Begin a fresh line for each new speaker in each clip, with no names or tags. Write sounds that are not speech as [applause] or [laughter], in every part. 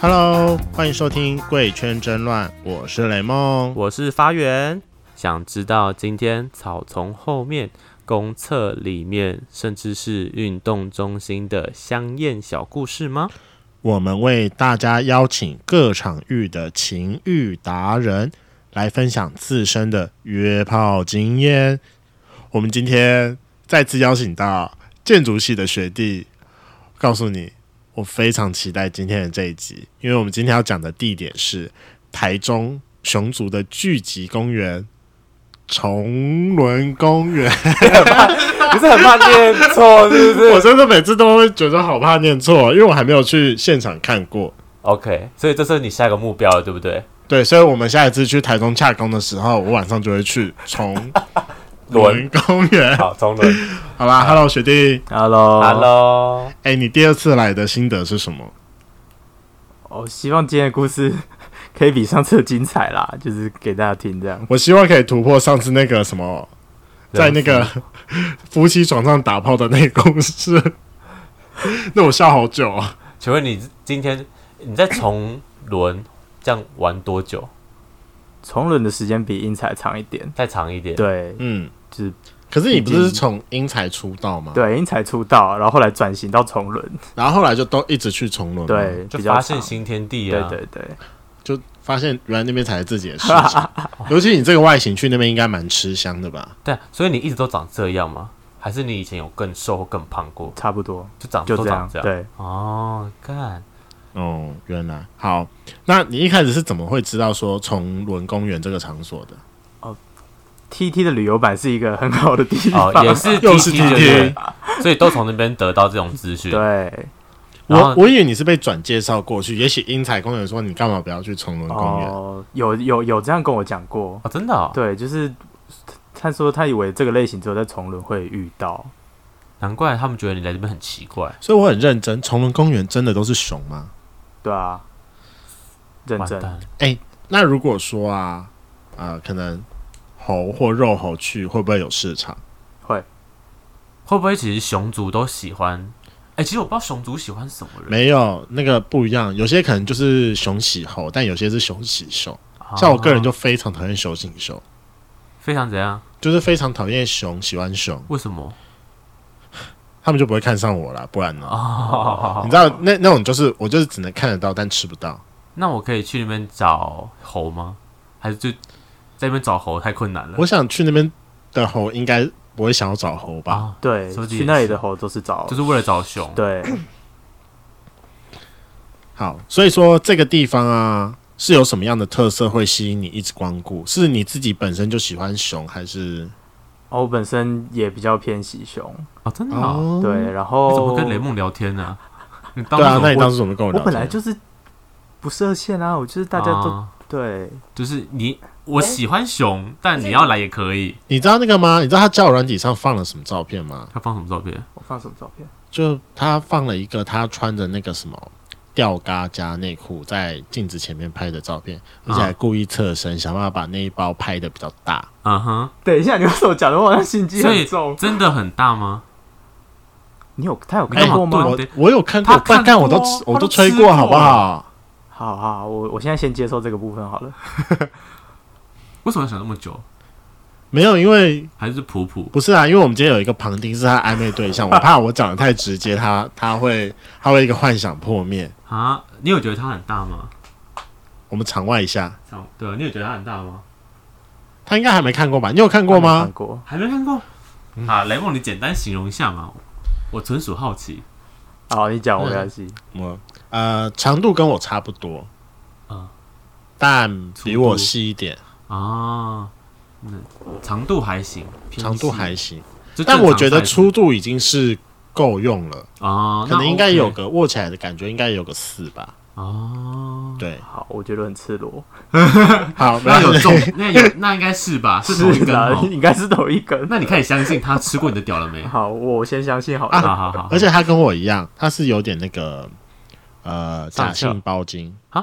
Hello，欢迎收听《贵圈争乱》，我是雷梦。
我是发源。想知道今天草丛后面、公厕里面，甚至是运动中心的香艳小故事吗？
我们为大家邀请各场域的情欲达人来分享自身的约炮经验。我们今天再次邀请到建筑系的学弟，告诉你，我非常期待今天的这一集，因为我们今天要讲的地点是台中熊族的聚集公园——崇伦公园。
不是很怕念错，是不
我？真的每次都会觉得好怕念错，因为我还没有去现场看过。
[laughs] OK，所以这是你下一个目标了，对不对？
对，所以我们下一次去台中洽工的时候，我晚上就会去崇
轮
伦公园。
好，从轮。哦
好啦 h e l l o 学弟，
Hello，,
Hello，
哎、你第二次来的心得是什么？
我哦希望今天的故事 [laughs] 可以比上次的精彩啦，就是给大家听这样。
我希望可以突破上次那个什么，在那个 [laughs] 夫妻床上打炮的那个故事。 [laughs] 那我笑好久啊！
请问你今天你在从轮这样玩多久？
重轮的时间比英才长一点，
再长一点。
对，
嗯，
就是
可是你不是从英才出道吗？
对英才出道，然后后来转型到重轮，
然后后来就都一直去崇伦，，
对，
嗯就
比较
发现
长
新天地
对
啊！
对对，
就发现原来那边才是自己的事情。 [laughs] 尤其你这个外形去那边应该蛮吃香的吧？
对，啊所以你一直都长这样吗？还是你以前有更瘦或更胖过？
差不多
就长
就
都
这
长
样。
这样。
对，
哦，
[laughs]
干，
哦，原来好。那你一开始是怎么会知道说崇伦公园这个场所的？
T T 的旅游版是一个很好的地
哦
方，，
也是
又是
TT 就
TT
对所以都从那边得到这种资讯。
[laughs] 对，
然后
我我以为你是被转介绍过去，也许英才公园说你干嘛不要去崇伦公园？
哦，有有有这样跟我讲过，
哦，真的哦，
对，就是他说他以为这个类型只有在重轮会遇到，
难怪他们觉得你来这边很奇怪。
所以我很认真，崇伦公园真的都是熊吗？
对啊，认
完
真
蛋，
那如果说啊，呃，可能猴或肉猴去会不会有市场？
会不会其实熊族都喜欢？哎、其实我不知道熊族喜欢什么人。
没有，那个不一样，有些可能就是熊喜猴，但有些是熊喜熊。
啊
像我个
哦
人就非常讨厌熊喜熊，
非常怎样？
就是非常讨厌熊，喜欢熊，
为什么？
他们就不会看上我啦，不然呢？
哦
你，知道那那种就是我就是只能看得到，但吃不到。
那我可以去那边找猴吗？还是就在那边找猴太困难了？
我想去那边的猴应该不会想要找猴吧？
啊，
对
说，自己
去那里的猴都是找，
就是为了找熊。
对，
好，所以说这个地方啊是有什么样的特色会吸引你一直光顾？是你自己本身就喜欢熊，还是
哦我本身也比较偏喜熊，
哦，真的、哦？
嗯啊对，然
你怎
后
么跟雷梦聊天呢、你当
对啊，那你
我
当时怎么跟我
我
聊天？
本来就是不设限啊，我就是大家都、
啊
对，
就是你，我喜欢熊，但你要来也可以。
你知道那个吗？你知道他交友软体上放了什么照片吗？
他放什么照片？
我放什么照片？
就他放了一个他穿着那个什么吊嘎加内裤在镜子前面拍的照片，而且还故意侧身，想办法把那一包拍的比较大。
嗯哼，
等一下，你为什么讲的我好像心机
所以
很重？
真的很大吗？
你有他有
你干
看
嘛哎对哦
过吗？
我
对
我有看过，
他看
但看我都
过
我都
他都
吹
吃
过，好
过
不好？
好好，我我现在先接受这个部分好了。
为什么要想那么久？
没有，因为
还是普普？
不是啊，因为我们今天有一个旁听是他暧昧对象，我怕我讲的太直接，他他会他会一个幻想破灭。
啊，你有觉得它很大吗？
我们场外一下，
像对啊，你有觉得它很大吗？
他应该还没看过吧？你有看过
我没
吗
看？过，
还没看过。
嗯
啊，雷梦，你简单形容一下嘛，我纯属好奇。
好，你
嗯
讲我没关系。
我呃，长度跟我差不多，
嗯
但比我细一点，
啊，那长度还行，偏
长度
细
还行，
就正
但
常
我觉得
size
粗度已经是够用了，
啊，
可
那
能应该有
OK
个握起来的感觉，应该有个四吧。
啊，
对，
好，我觉得很赤裸，
好，
那有
没
重，那有那应该是吧， [laughs] 是同一根
啊
啦，
哦。
应该是同一根。
那你可以相信他吃过你的屌了没？
好，我先相信好了。
好好好，
[laughs] 啊而且他跟我一样，他是有点那个呃假
上翘
性包巾
啊，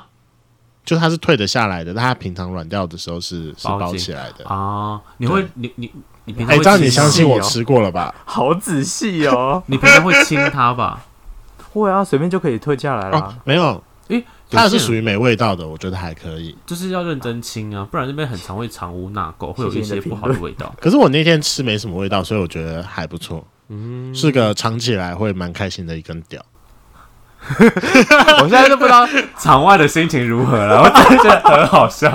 就他是退得下来的，但他平常软掉的时候是是
包巾
包起来的。
啊，你会你你你平
哎、
常会
这样
亲
你
它，
相信我
哦
吃过了吧？
好仔细哦
你平常会亲他吧？
[laughs]
会啊，随便就可以退下来
哦
啦。，
没有，
诶，
它是属于没味道的，我觉得还可以。
就是要认真清啊，不然那边很常会藏污纳垢，会有一些不好的味道。
可是我那天吃没什么味道，所以我觉得还不错。嗯，是个尝起来会蛮开心的一根屌。
我
[laughs]
现在都不知道 [laughs] 场外的心情如何 [laughs] 了，我真的觉得很好笑。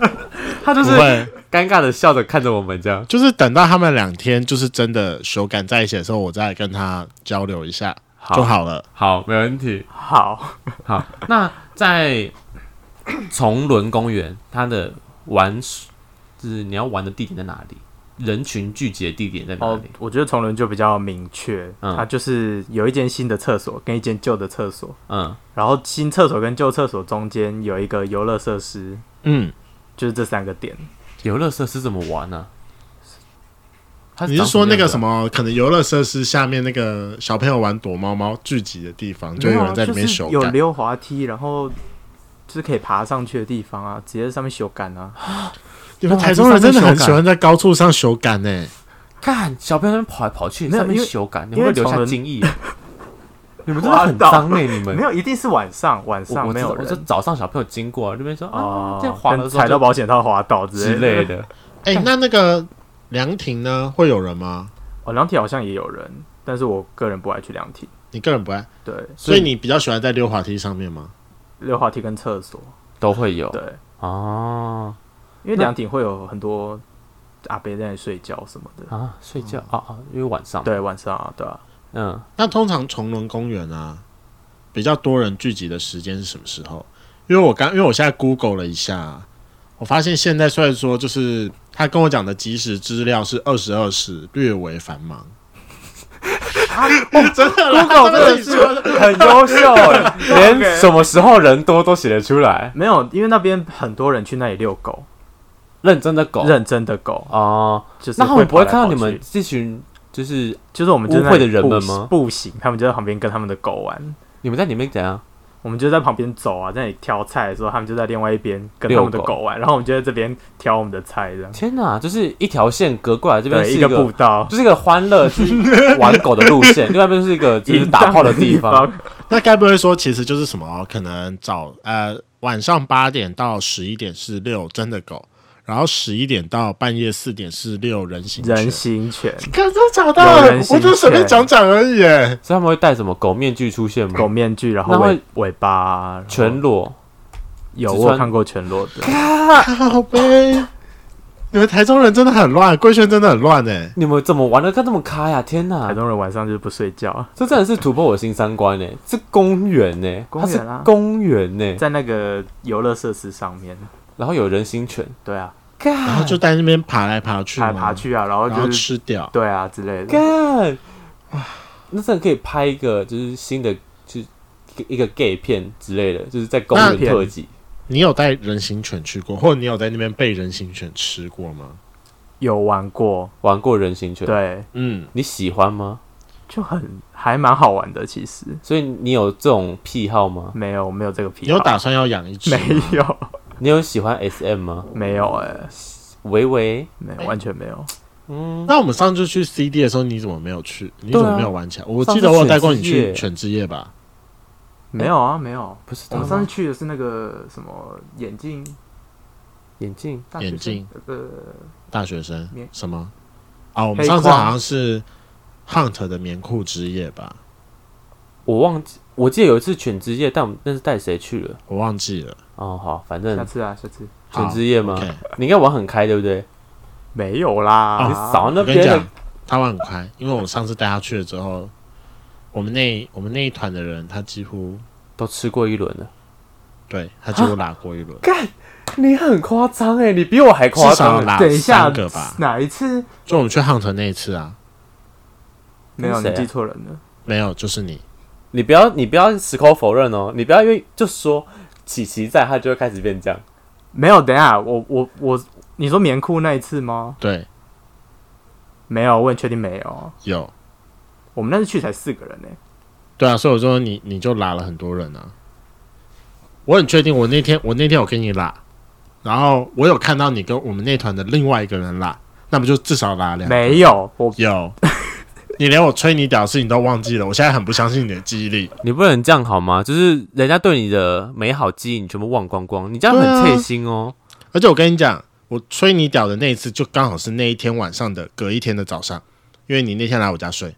[laughs] 他就是
不会
尴尬的笑着看着我们这样。
就是等到他们两天就是真的手感在一起的时候，我再跟他交流一下
好
就好了。
好，没问题。
好，
好，那在崇伦公园，它的玩水就是你要玩的地点在哪里？人群聚集的地点在哪
哦
里？，
我觉得崇伦就比较明确，
嗯
它就是有一间新的厕所跟一间旧的厕所，
哦
嗯，
然后新厕所跟旧厕所中间有一个游乐设施，
嗯，
就是这三个点。
游乐设施怎么玩呢、它
你是说那个什
么啊
么，可能游乐设施下面那个小朋友玩躲猫猫聚集的地方，就
没
有
啊
人在里面
就是
手
有
感。
溜滑梯，然后就是可以爬上去的地方啊，直接在上面修杆啊。
你们
哇
台中人真的很
这上面手感
喜欢在高处上手感呢、
样子啊？看小朋友在那边跑来跑去，
没有
上面
因为
修改，你
因
会
为
留
崇
下
伦
惊异。 [laughs] 你们真的很
滑倒
脏哎、你们
没有，一定是晚上，晚
我
上
我
没
知道
有
我是
人
早上小朋友经过那边说啊，
哦
这样滑
跟
的时候
踩到
就
保险套滑倒之
之类
的。
的。
哎、那那个凉亭呢，会有人吗？
哦，凉亭好像也有人，但是我个人不爱去凉亭。
你个人不爱，
对，
所以你比较喜欢在溜滑梯上面吗？
溜滑梯跟厕所，
都会有
对，
哦
因为凉亭会有很多阿伯在那里睡觉什么的。
啊，睡觉啊啊，因为晚上嘛
对，晚上啊，对啊，
嗯，
那通常崇伦公园啊，比较多人聚集的时间是什么时候？因为我刚，因为我现在 Google 了一下，我发现现在虽然说就是他跟我讲的即时资料是二十二时，略微繁忙。真的啦，
[laughs] Google
真的你说的
很优秀 [laughs] 哎，连什么时候人多都写得出来，
没有，因为那边很多人去那里遛狗，
认真的狗
认真的狗，
哦。
就是
那他们不会
跑来
看到
跑
你们
去，
这群，就是
就是我们就在那
污秽的
里
人们
步
吗
步行，他们就在旁边跟他们的狗玩，
你们在里面怎样？
我们就在旁边走啊，在那里挑菜的时候，他们就在另外一边跟他们的
遛狗
狗玩，然后我们就在这边挑我们的菜，这样
天哪，就是一条线隔过来，这边
对
是
一
个
个步道，
就是一个欢乐是玩狗的路
[laughs]
线，另外一边是一个就是打 [laughs] 炮的地
淫荡
方。
的地方，
那该不会说其实就是什么？可能早呃晚上八点到十一点是遛真的狗，然后十一点到半夜四点是遛人形犬
人形犬、
可是找到
有
了
人，形
我就随便
犬
讲讲而已耶。
所以他们会戴什么狗面具出现
狗
吗？
面具，然
那
后
会
尾尾巴，然后
全裸，
有
只
我有
穿
看过全裸
[laughs]
的，
[laughs] 好呗，你们台中人真的很乱，贵圈真的很乱哎。
你们怎么玩的跟这么开呀？天
台
哪，
中人晚上就是不睡觉，
这真的是突破我新三观呢！这公园呢，
公
它是
园啊
公园呢，
在那个游乐设施上面，
然后有人形犬，
对啊，
然后就在那边爬来爬去嘛，
爬来爬去啊，然后
然后
就是
吃掉。
对啊之类的，
干，那真的可以拍一个就是新的，就是一个 gay 片之类的，就是在公
那
园特辑。
你有带人形犬去过，或者你有在那边被人形犬吃过吗？
有玩过，
玩过人形犬，
对，
嗯，
你喜欢吗？
就很还蛮好玩的，其实
所以你有这种癖好吗？
没有没有这个癖
你
好，
有打算要养一只吗？
没有
你有喜欢 SM 吗？
没有哎、
维维，
没有完全没有，
嗯，
那我们上次去 CD 的时候，你怎么没有去？你怎
对
么
啊
没有玩起来？我记
上
得
次
我有带过你
犬之
去
夜
犬之夜吧？
没有啊没有，
不是
我
他
们上
吗
次？去的是那个什么眼镜
眼镜
大学
眼镜
生呃
大学生
棉
什么？啊，我们
黑
上次
框
好像是 Hunt 的棉裤之夜吧，
我忘记，我记得有一次犬之夜，但我们那是带谁去了？
我忘记了。
哦，好，反
下
正
次啊下次
好
犬之夜嘛
OK
你应该玩很开，对不对？
没有啦，啊
你扫那
我跟你
边
讲
的，，
他玩很快，因为我上次带他去了之后，我们那我们那一团的人，他几乎
都吃过一轮了。
对他几
啊
乎拉过一轮，
干，你很夸张哎，你比我还夸
至少
张啊
拉
等一下
三个吧。
哪一次
就我们去 hunt 那一次啊，
没有
那是谁
你
啊
记错人了，
没有，就是你。
你不要，你不要矢口否认哦，你不要因为就说琪琪在，他就会开始变这样。
没有等一下我我我你说棉裤那一次吗？
对，
没有，我很确定没有，
有，
我们那次去才四个人呢、
对啊，所以我说你你就拉了很多人啊。我很确定，我那天我那天有跟你拉，然后我有看到
啊
你跟我们那团的另外一个人拉，那不就至少拉两个？
没有我
有，你连我吹你屌的事情都忘记了，我现在很不相信你的记忆力。
你不能这样好吗？就是人家对你的美好记忆，你全部忘光光，你这样
对啊
很切心哦。
而且我跟你讲，我吹你屌的那一次，就刚好是那一天晚上的隔一天的早上，因为你那天来我家睡，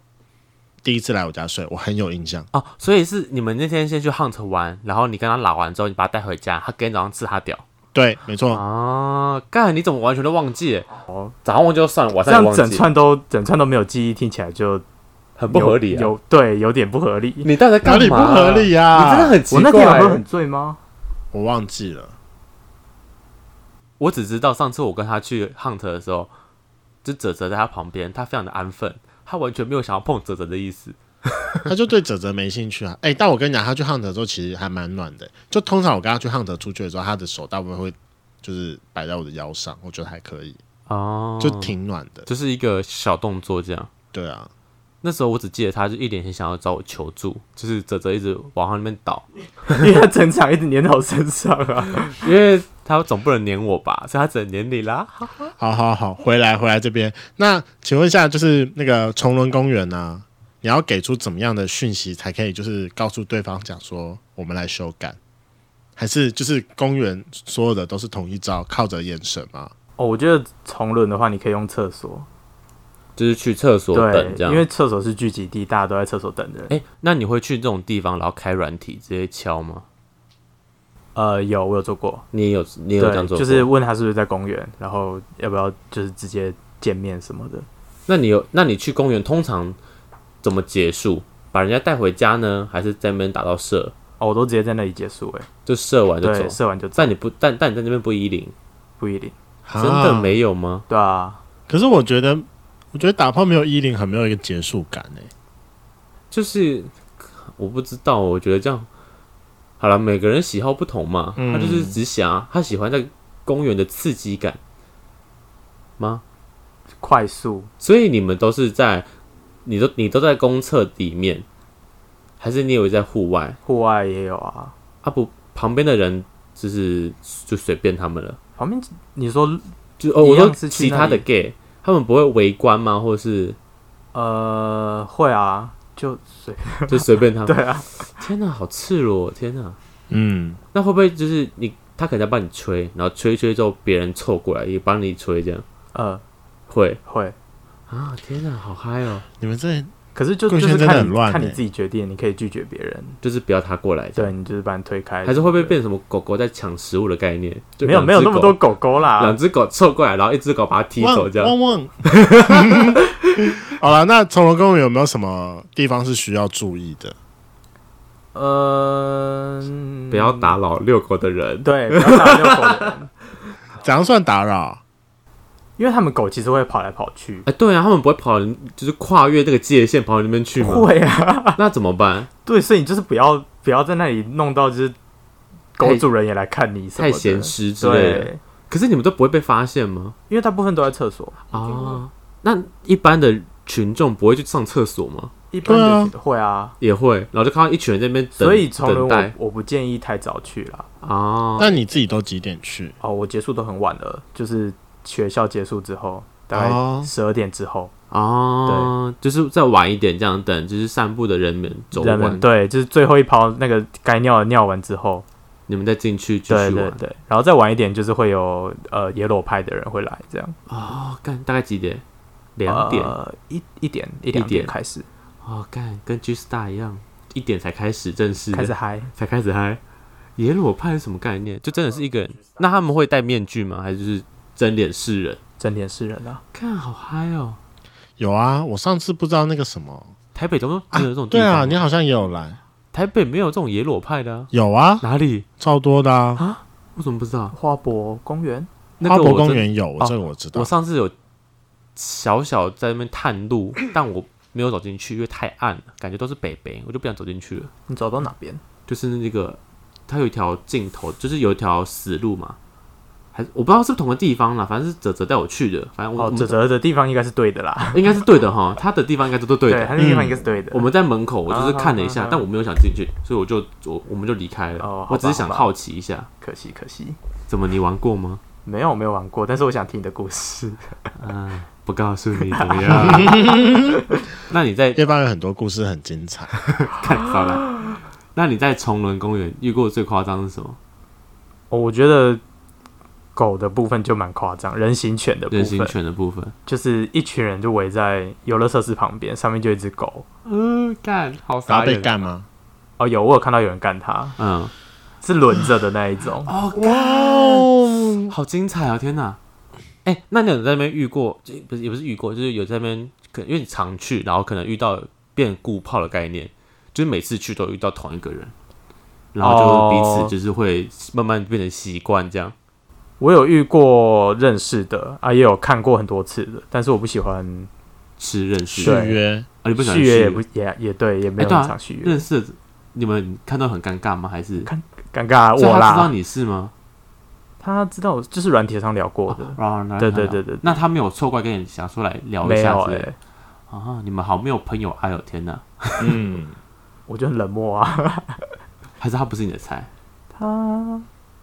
第一次来我家睡，我很有印象。
啊
哦，所以是你们那天先去 hunt 玩，然后你跟他拉完之后，你把他带回家，他隔天早上吃他屌
对，没错，
啊！干，你怎么完全都忘记？
哦，
早上忘记就算了，晚
这
上也
样
忘
整
记，
串都整串都没有记忆，听起来就
很不合理
有
啊！
有对，有点不合理。
你到底
哪
在干
里不
嘛啊？
合理
你真的
啊？
很奇
我那天有喝
怪
很。醉吗？ [laughs]
我忘记了，
我只知道上次我跟他去 hunt 的时候，就泽泽在他旁边，他非常的安分，他完全没有想要碰泽泽的意思。
他就对泽泽没兴趣啊。哎、但我跟你讲，他去 hunt 的时候其实还蛮暖的。就通常我跟他去 hunt 出去的时候，他的手大部分会就是摆在我的腰上，我觉得还可以，
哦
就挺暖的。
就是一个小动作这样。
对啊，
那时候我只记得他就一脸很想要找我求助，就是泽泽一直往他那边倒，
因为他整场一直粘到我身上啊。
[laughs] 因为他总不能黏我吧，所以他只能黏你啦。
好好好，回来回来这边。那请问一下，就是那个崇伦公园呢、啊你要给出怎么样的讯息才可以，就是告诉对方讲说我们来修改，还是就是公园所有的都是同一招，靠着眼神吗？
哦，我觉得重轮的话，你可以用厕所，
就是去厕所
对
等，这样。
因为厕所是聚集地，大家都在厕所等人。
哎、那你会去这种地方，然后开软体直接敲吗？
呃，有我有做过，
你也有你也有这样
对，
做
就
过？
是问他是不是在公园，然后要不要就是直接见面什么的。
那你有那你去公园通常怎么结束？把人家带回家呢，还是在那边打到射？
哦，我都直接在那里结束、哎，
就射完就
对，
走？
射完就走，
但你不但但你在那边不依领，
不一定。
真的、没有吗？
对啊，
可是我觉得，我觉得打炮没有衣领很没有一个结束感欸诶、
就是我不知道，我觉得这样好了，每个人喜好不同嘛，
嗯
他就是只想他喜欢在公园的刺激感吗？
快速
所以你们都是在你都你都在公厕里面，还是你有在户外？
户外也有啊。
啊不，旁边的人就是就随便他们了，
旁边你说
就哦，
一
我
样
说
是去
其他的
那里
gay，他们不会围观吗？或者
[laughs]
是
呃会啊，就随
[laughs] 就随便他们？
对啊，
天哪，好赤裸！天哪，
嗯，
那会不会就是你他可能在帮你吹，然后吹一吹之后别人凑过来也帮你吹这样？
呃
会
会。
啊，天哪，好嗨哦！
你们这
可是就
贵
就
圈
是
真的
看
很
你
乱
看你
欸
自己决定，你可以拒绝别人，
就是不要他过来这
对
样，
你就是把你推开，
还是会不会变什么狗狗在抢食物的概念？就
没有没有那么多啊
狗，
狗狗啦
两，只狗凑过来，然后一只狗把它踢走
汪
这样。
汪汪。
[laughs]
好了，那崇伦公园有没有什么地方是需要注意的？
呃，
不要打扰遛狗的人，
对，不要打遛狗的人， [laughs]
怎样算打扰？
因为他们狗其实会跑来跑去，
哎，对啊，他们不会跑，就是跨越这个界限跑到那边去吗？
会啊，
那怎么
[laughs]
办？
对，所以你就是不要不要在那里弄到就是狗主人也来看你什么
太
的，
闲湿之类的。
对，
可是你们都不会被发现吗？
因为大部分都在厕所，
哦，那一般的群众不会去上厕所吗？
一般
对啊
的会啊，
也会，然后就看到一群人在那边等，
所以从
等
轮
待
我我不建议太早去啦，
哦，
那你自己都几点去？
哦，我结束都很晚了，就是学校结束之后，大
哦
概十二点之后，
哦，就是再晚一点这样等，就是散步的人们走
人们
完，
对，就是最后一泡那个该尿的尿完之后，
你们再进去继续
对
玩。
对对，然后再晚一点就是会有呃野裸派的人会来，这样
哦，干大概几点？两点。
呃、一一点一两
点
点开始
哦，干跟 G Star 一样，一点才开始正式的，
开始嗨，
才开始嗨。野裸派是什么概念？就真的是一个人？那他们会戴面具吗？还是就是真脸示人？
整点是人啊，
看，好嗨哦！
有啊，我上次不知道那个什么，
台北怎么真的有这种哦地
对
方
啊，
吗
你好像也有来，
台北没有这种野裸派的、啊，
有啊，
哪里？
超多的啊。
我怎么不知道？
花博公园
那
花
个
博
我
公
真，
园有，我
哦
这个我知道
我。上次有小小在那边探路，但我没有走进去，因为太暗了，感觉都是北北，我就不想走进去了。
你走到哪边？
就是那个，它有一条尽头，就是有一条死路嘛，还是我不知道是不是同个地方啦，反正是泽泽带我去的，反正我
哦
我，们
泽泽的地方应该是对的啦，
应该是对的哈，他的地方应该都都对的。
他那地方
嗯
应该是对的。
我们在门口，我就是看了一
啊
下
啊啊，
但我没有想进去，所以我就我我们就离开
哦好
了
吧。
我只是想
好吧
好奇一下，
可惜可惜，
怎么你玩过吗？
没有没有玩过，但是我想听你的故事。
嗯，不告诉你怎么
[laughs]
样。 [laughs] 那你在
夜半有很多故事很精
[laughs]
彩。
看糟了？那你在崇伦公园遇过最夸张是什么？
哦，我觉得狗的部分就蛮夸张，人形犬的部
人形
分
犬的部分。
就是一群人就围在游乐设施旁边，上面就一只狗。呃
嗯，干好
然后
傻
被
眼。
干吗？
哦，有我有看到有人干它，
嗯，
是轮着的那一种。
哦，
哦，
好精彩哦！天哪，哎、那你有在那边遇过？就不是也不是遇过，就是有在那边，可因为你常去，然后可能遇到变故炮的概念，就是每次去都遇到同一个人，然后就
哦
彼此就是会慢慢变成习惯这样。
我有遇过认识的啊，也有看过很多次的，但是我不喜欢
是认识
续
的，
对
约
啊，你不喜欢
续约，也不也也对，也没
哎
有
对啊
很常续约，
认识的，你们看到很尴尬吗？还是
看尴尬啊
所以
我
他知道
啦。
你是吗？
他知道我就是软体上聊过的，
啊，
对对对对对
那他没有凑过来跟你想说来聊一
没
下
有
之
哎、
类的啊？你们好没有朋友爱哦！天哪，
嗯，
我就很冷漠啊。 [laughs]
还是他不是你的菜？
他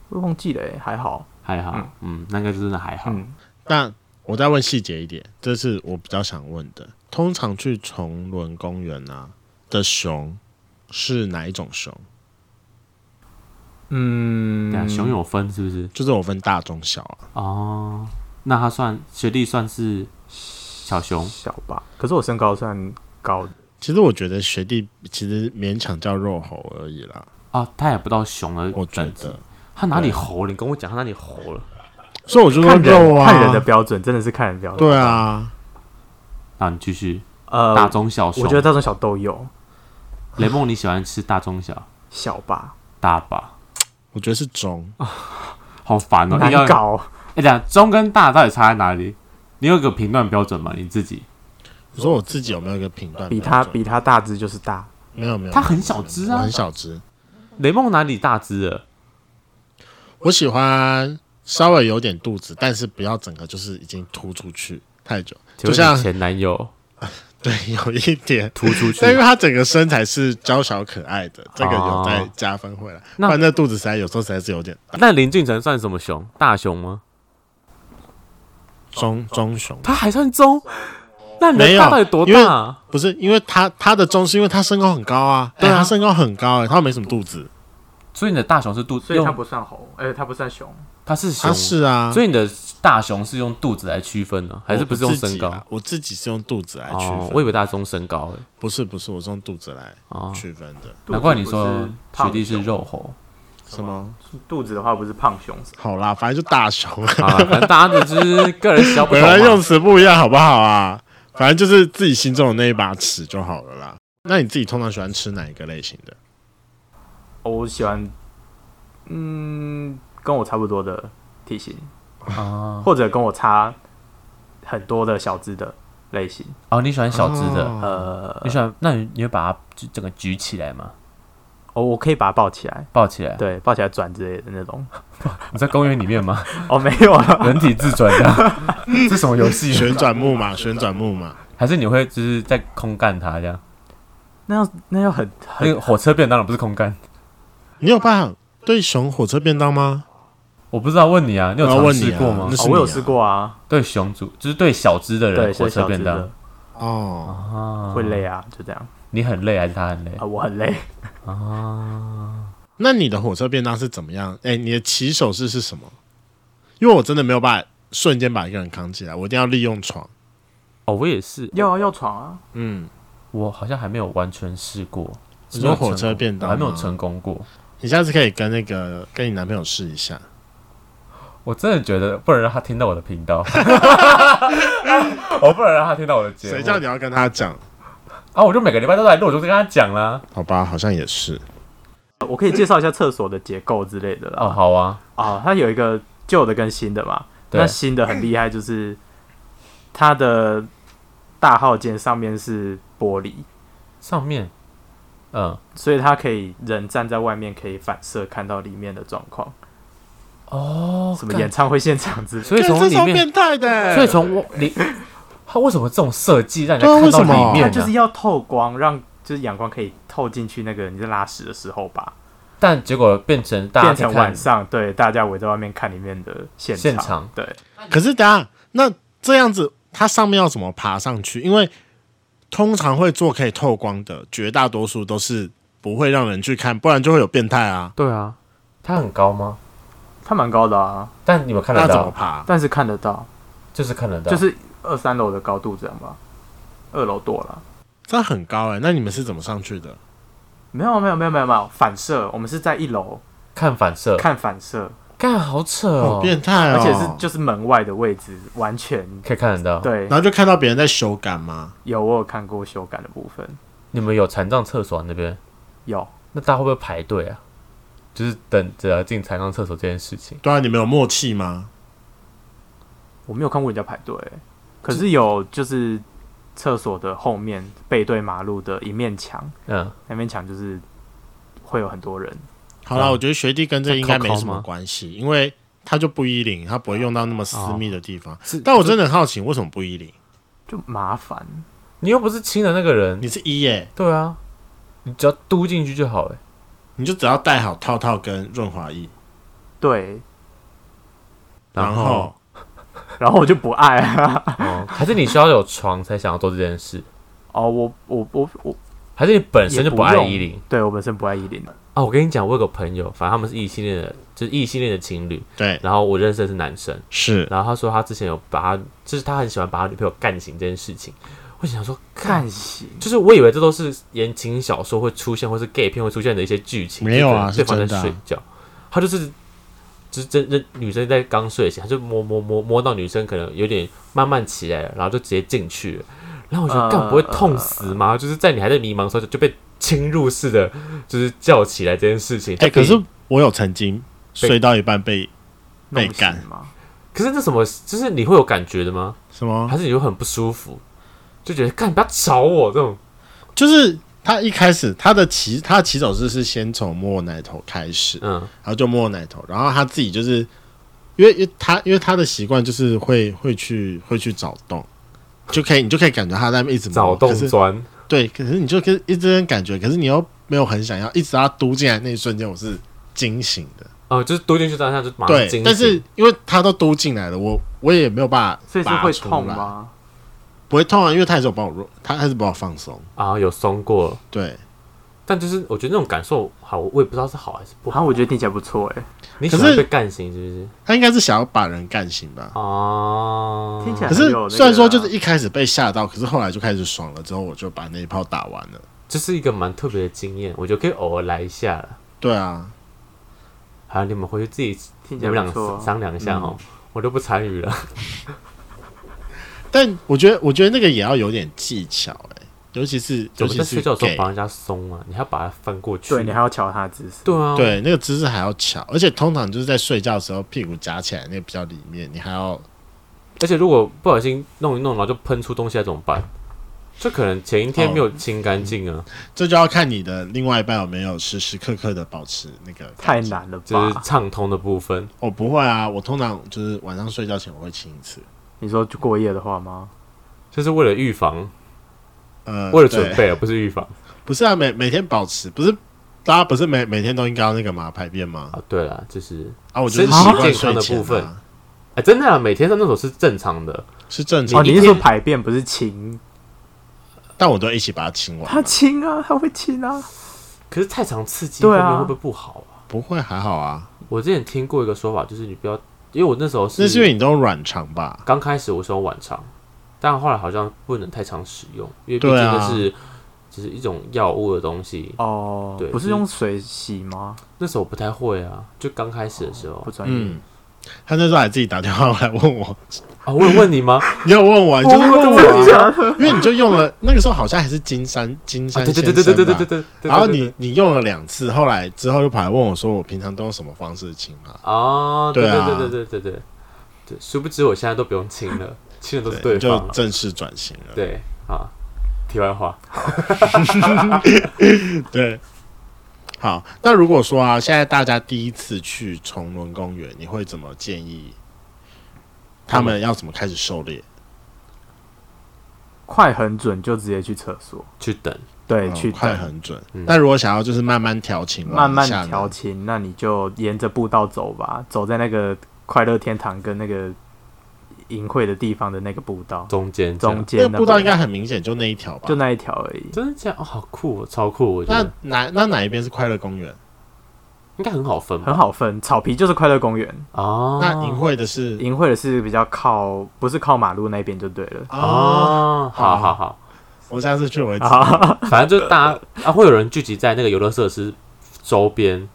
我忘记了、欸，还好，
还好，嗯那应该真的还好。
嗯，
那我再问细节一点，这是我比较想问的。通常去崇伦公园啊的熊是哪一种熊？
对啊，
嗯，
熊有分是不是？
就是我分大中小啊。
哦，那他算学历算是小熊
小吧，可是我身高算高的，
其实我觉得学弟其实勉强叫肉猴而已啦，
啊，他也不到熊的
我觉
等级
得。
他哪里猴了？你跟我讲他哪里猴了？
所以我就说
看人
肉啊，
看人的标准真的是看人标准，
对，啊，
那啊你继续，
呃，
大中小熊。
我觉得大中小都有，
雷梦你喜欢吃大中小
小吧，
大吧？
我觉得是中，
好烦哦！
难
要
搞，
哎，讲、中跟大到底差在哪里？你有个评断标准吗？你自己？
你说我自己有没有一个评断标准？
比他比他大只就是大，
没有没有，
他很小只啊
我很小只。
雷梦哪里大只了？
我喜欢稍微有点肚子，但是不要整个就是已经凸出去太久，就
请问
像
你前男友
对有一点。
突出去
但因为他整个身材是娇小可爱的，这个有在加分回来。
哦那
不然那肚子实在有时候实在是有点大，
[laughs] 那林俊成算什么熊？大熊吗？
中中熊
他还算中？那你
没
的
有
大到底多大、啊？
不是因为他他的中是因为他身高很高啊，
对啊
哎他身高很高哎、他没什么肚子，
所以你的大熊是肚，用
算猴，哎、他不算熊，
它是熊，
他是啊，
所以你的大熊是用肚子来区分的、还是不是用
我自
身
己
高？
啊我自己是用肚子来区分，
哦，我以为大中身高诶、
不是不是，我是用肚子来
哦，
区分的。
难怪你说学弟是肉猴。
什么？
肚子的话不是胖熊，
好啦，反正就大熊啊，
好了，反正大家的就是个人小不
[laughs] 本
同
来用
嘛。
词不一样，好不好啊？反正就是自己心中的那一把尺就好了啦。那你自己通常喜欢吃哪一个类型的？
哦我喜欢，嗯，跟我差不多的体型，
哦
或者跟我差很多的小只的类型，
哦，你喜欢小只的，
哦
呃
你，喜欢？那你你会把它就整个举起来吗？
哦，我可以把它抱起来，
抱起来？
对，抱起来转之类的那种，
你在公园里面吗？ [laughs]
哦，没有啊，
人体自转的？
[laughs]
这什么游戏？
旋转木马，旋转木马，
还是你会就是在空干它这样？
那要那要很很哦
那个火车便当了不是空干？
你有办法对熊火车便当吗？
我不知道，问你啊，你有
我要
尝
问你
试
啊
过吗
那？
哦
是
我有
你啊
试过啊，
对熊族，就是对小只的人
对，
火
是
车
小
便
只
当
的
哦，
啊，
会累啊，就这样
你很累还是他很累
啊，我很累， [laughs]
啊？
那你的火车便当是怎么样？哎、你的起手式是什么？因为我真的没有办法瞬间把一个人扛起来，我一定要利用床。
哦，我也是，
要啊要闯啊，
嗯，
我好像还没有完全试过。
你
没有
说火车
成功
便当
我还没有
吗
成功过。
你下次可以跟那个跟你男朋友试一下。
我真的觉得不能让他听到我的频道，我不能让他听到我的节目。
谁叫你要跟他讲？
啊？我就每个礼拜都来录，我就跟他讲啦。
好吧，好像也是。
我可以介绍一下厕所的结构之类的啦
哦，好啊，
啊，它有一个旧的跟新的嘛。
对
那新的很厉害，就是它的大号间上面是玻璃，
上面，嗯，
所以它可以人站在外面可以反射看到里面的状况，
哦，
什么
干
演唱会现
[laughs]
场之类的。
所以
干
从
这
里
超
面，
变态的欸、
所以从我你， [laughs] 他为什么这种设计让人
对啊
家看
为什么
到里
它
面
就
呢
是？要透光，让就是阳光可以透进去那个你在拉屎的时候吧，
但结果变成大家
变
在
成
看
晚上，对，大家围在外面看里面的现
现场
对，
可是等一下，那这样子它上面要怎么爬上去？因为通常会做可以透光的，绝大多数都是不会让人去看，不然就会有变态啊。
对啊，
它很高吗？
它蛮高的啊，
但你们看
那
得
怎么
到，
爬？
但是看得到，
就是看得到，
就是二三楼的高度这样吧，二楼多了。
这很高哎、那你们是怎么上去的？
没有没有没有没有没有反射，我们是在一楼
看反射。
看反射，
干，好扯哦
好，变态
啊
哦！
而且是就是门外的位置，完全
可以看得到。
对
然。后就看到别人在修改吗？
有我有看过修改的部分，
你们有残障厕所啊那边？
有
那大家会不会排队啊？就是等着进残障厕所这件事情。
对啊，你们有默契吗？
我没有看过人家排队、可是有就是厕所的后面背对马路的一面墙，
嗯，
那面墙就是会有很多人，
好了，
嗯
我觉得学弟跟这应该没
在
什
扣扣
么
吗
关系，因为他就不衣领，他不会用到那么私密的地方。
是
但我真的很好奇，为什么不衣领？
就麻烦。
你又不是亲的那个人。
你是一耶、
对啊，你只要嘟进去就好了。
你就只要戴好套套跟润滑液，
对，
然后
然后我就不爱 [laughs] 啊。
哦， [laughs] 还是你需要有床才想要做这件事，
哦，我我我我，
还是你本身就哎不爱
也不用
依林
对我本身不爱依林，
啊？我跟你讲，我有个朋友，反正他们是异性恋的，就是异性恋的情侣。
对，
然后我认识的是男生，
是
然后他说他之前有把他，就是他很喜欢把他女朋友干醒这件事情。我想说，干，
看行，
就是我以为这都是言情小说会出现，或是 gay 片会出现的一些剧情，
没有啊
就是可
是真
能对方在
的
睡
啊
觉，他就是。就是真真女生在刚睡醒，他就摸摸摸摸到女生可能有点慢慢起来了，然后就直接进去了。然后我就
呃
干、不会痛死
嗯
吗？就是在你还在迷茫的时候就就被侵入式的，就是叫起来这件事情。
哎、
就
可
比
是我有曾经睡到一半被被
弄不
干
行吗？
可是那什么，就是你会有感觉的吗？
什么？
还是你会很不舒服，就觉得干你不要吵我这种。
就是他一开始他的起他的起手式是先从摸奶头开始，
嗯，
然后就摸奶头，然后他自己就是因为因为他因为他的习惯就是会会去会去找洞，就可以你就可以感觉他在那边一直摸
找洞
可是
钻，
对，可是你就跟一直感觉，可是你又没有很想要，一直到他嘟进来那一瞬间，我是惊醒的。
哦、就是丢进去当下就马上
对
啊惊醒。，
但是因为他都嘟进来了，我我也没有办法，
所以是会痛？吗？
不会痛啊，因为他还是有帮我弱，他还是帮我放松。
啊，有松过了，
对，
但就是我觉得那种感受好，我也不知道是好还是不
然
好。
后我觉得听起来不错哎、
你喜
可
欢
是
被干醒是不是？
他应该是想要把人干醒吧。
啊，
听起来
可
很
是
有那个
虽然说就是一开始被吓到，可是后来就开始爽了，之后我就把那一炮打完了。
这是一个蛮特别的经验，我觉得可以偶尔来一下了。
对啊，
好，你们回去自己
听
你
起来
们
不
俩
错啊。
商量一下哦，我都不参
[laughs]
与了。
但我觉得我觉得那个也要有点技巧哎、尤其是
我
尤
们
其
在
是
睡觉的时候
gay
帮人家松啊，你还要把它翻过去。
对你还要瞧他的姿势，
对啊，
对，那个姿势还要巧，而且通常就是在睡觉的时候，屁股夹起来那个比较里面，你还要
而且如果不小心弄一弄，然后就喷出东西来怎么办？就可能前一天没有清干净啊，
嗯
这就要看你的另外一半有没有时时刻刻的保持那个
太
感觉。
难了
就是
吧？
畅通的部分。
我、不会啊，我通常就是晚上睡觉前我会亲一次，
你说就过夜的话吗？
就是为了预防，
呃，
嗯
为了
对
准，备，而不是预防
不是啊，每每天保持，不是大家不是每每天都应该要那个嘛排便吗？
啊。对了，就是
啊，我就是
身
习
体
惯
健康
睡
的
前、
部分
啊、
哎、真的、啊，每天上厕所是正常的。
是正常
哦，
的，
你是说排便不是亲？
但我都一起把它亲
哦
完
他
嘛，
亲啊，他会亲啊。
可是太常刺激后
对
面
啊
会不会不好啊？
不会还好啊，
我之前听过一个说法，就是你不要，因为我那时候
那是因为
是
你都软肠吧？
刚开始我是用晚肠，但后来好像不能太常使用，因为毕竟
对啊
那是、就是一种药物的东西。
哦
对，
不是用水洗吗？
那时候我不太会啊，就刚开始的时候
不专业。
嗯，他那时候还自己打电话来问我， [laughs]
啊，我有问你吗？
你有问
哦
我，你就是问我、啊，
我
因为你就用了那个时候好像还是金山金
啊，
山
对
先生吧
对对对对对对对对。对
然后
对
你你用了两次，后来之后就跑来问我说我平常都用什么方式亲嘛？
哦，对
对
对
啊
对对对对对对，殊不知我现在都不用亲了，亲的都是
对，
对
你就
方了。
正式转型了。
对啊，题外话，
对，好，那如果说啊，现在大家第一次去崇伦公园，你会怎么建议他
嗯
们要怎么开始狩猎？
快很准，就直接去厕所。
去等
对，
嗯
去
快
等
很准
嗯。
那如果想要就是慢慢调情，
慢慢
往下呢
调，情，那你就沿着步道走吧，走在那个快乐天堂跟那个淫秽的地方的那个步道
中间这样
中
那
间
个
的
步道应该很明显，就那一条吧
就。那一条而已。
真的假的哦，好酷、哦，超酷！我觉
那
得
哪那哪一边是快乐公园？
应该很好分吧？
很好分，草皮就是快乐公园，
哦，
啊那淫秽的是
淫秽的是比较靠，不是靠马路那边就对了。 [laughs]
哦，
哦，好好好，
我下次去我会知道。
啊，
反正就大家啊，会有人聚集在那个游乐设施周边，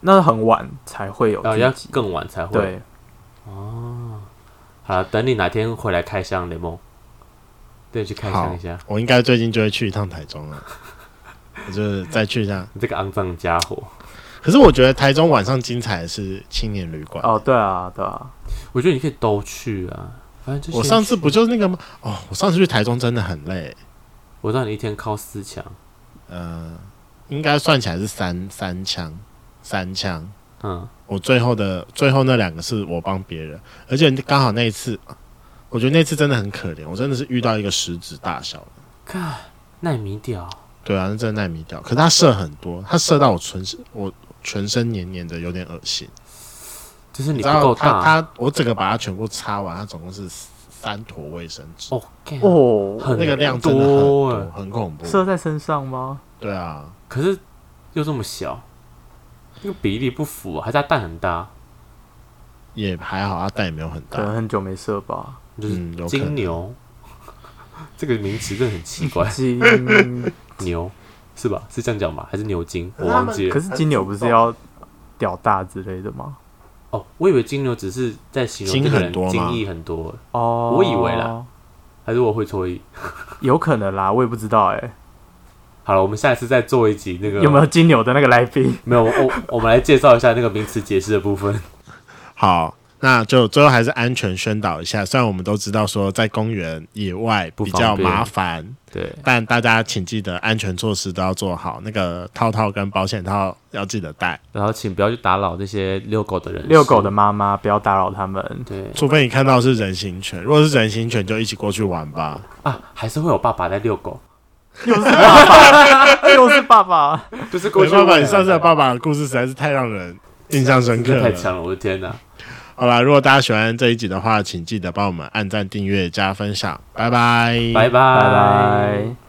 那很晚才会
哦
有
然后
聚
哦要
集。
更晚才会。
对，
好啦等你哪天回来开箱雷梦，对，去开箱一下。
我应该最近就会去一趟台中了，我就是再去一下。
你这个肮脏家伙，
可是我觉得台中晚上精彩的是青年旅馆。
哦，对啊，对啊，
我觉得你可以都去啊。反正就先
我上次
去
不就是那个吗？哦，我上次去台中真的很累，
我让你一天靠四强，
呃，应该算起来是三三枪，三枪。
嗯，
我最后的最后那两个是我帮别人，而且刚好那一次，我觉得那次真的很可怜，我真的是遇到一个食指大小的，
看耐米屌，
对啊，那真的耐米掉。可是他射很多，他射到我全身，我全身黏黏的，有点恶心。
就是你
你
不
知道
够
他
大。
他我整个把它全部擦完，它总共是三坨卫生纸，
哦，干
哦，
很
那个量真的很
多
多
欸，
很恐怖。
射在身上吗？
对啊，
可是又这么小，那个比例不符、啊，还是它蛋很大，
也还好，它蛋也没有很
啊
可能
大。
很久没射吧。
[laughs] 就是
嗯有可能
金牛。 [laughs] 这个名词真的很奇怪，
[laughs] 金，
牛是吧？是这样讲吧？还是牛筋？
可
我
是他们
忘记
可
了。
是金牛不是要屌大之类的吗？
哦，我以为金牛只是在形容这个人
筋很多吗
精益很多，
哦，
我以为啦，还是我会错意？
有可能啦，我也不知道哎，
好了，我们下一次再做一集那个
有没有？金牛的那个来宾？
[laughs] 没有，我我们来介绍一下那个名词解释的部分。
好，那就最后还是安全宣导一下，虽然我们都知道说在公园以外
不
比
方
较
便
麻烦，
对，
但大家请记得安全措施都要做好，那个套套跟保险套要记得带，
然后请不要去打扰那些遛狗的人士，
遛狗的妈妈不要打扰他们。
对
除非你看到是人形犬，如果是人形犬就一起过去玩吧。
啊，还是会有爸爸在遛狗，
又是爸爸，又哎是爸爸。
就是过
没
去
办法，
喂
你上次的爸爸的故事实在是太让人印象深刻
真的太
了。
强了，我的天哪！
[laughs] 好啦，如果大家喜欢这一集的话，请记得帮我们按赞、订阅、加分享，拜拜，
拜拜
拜拜。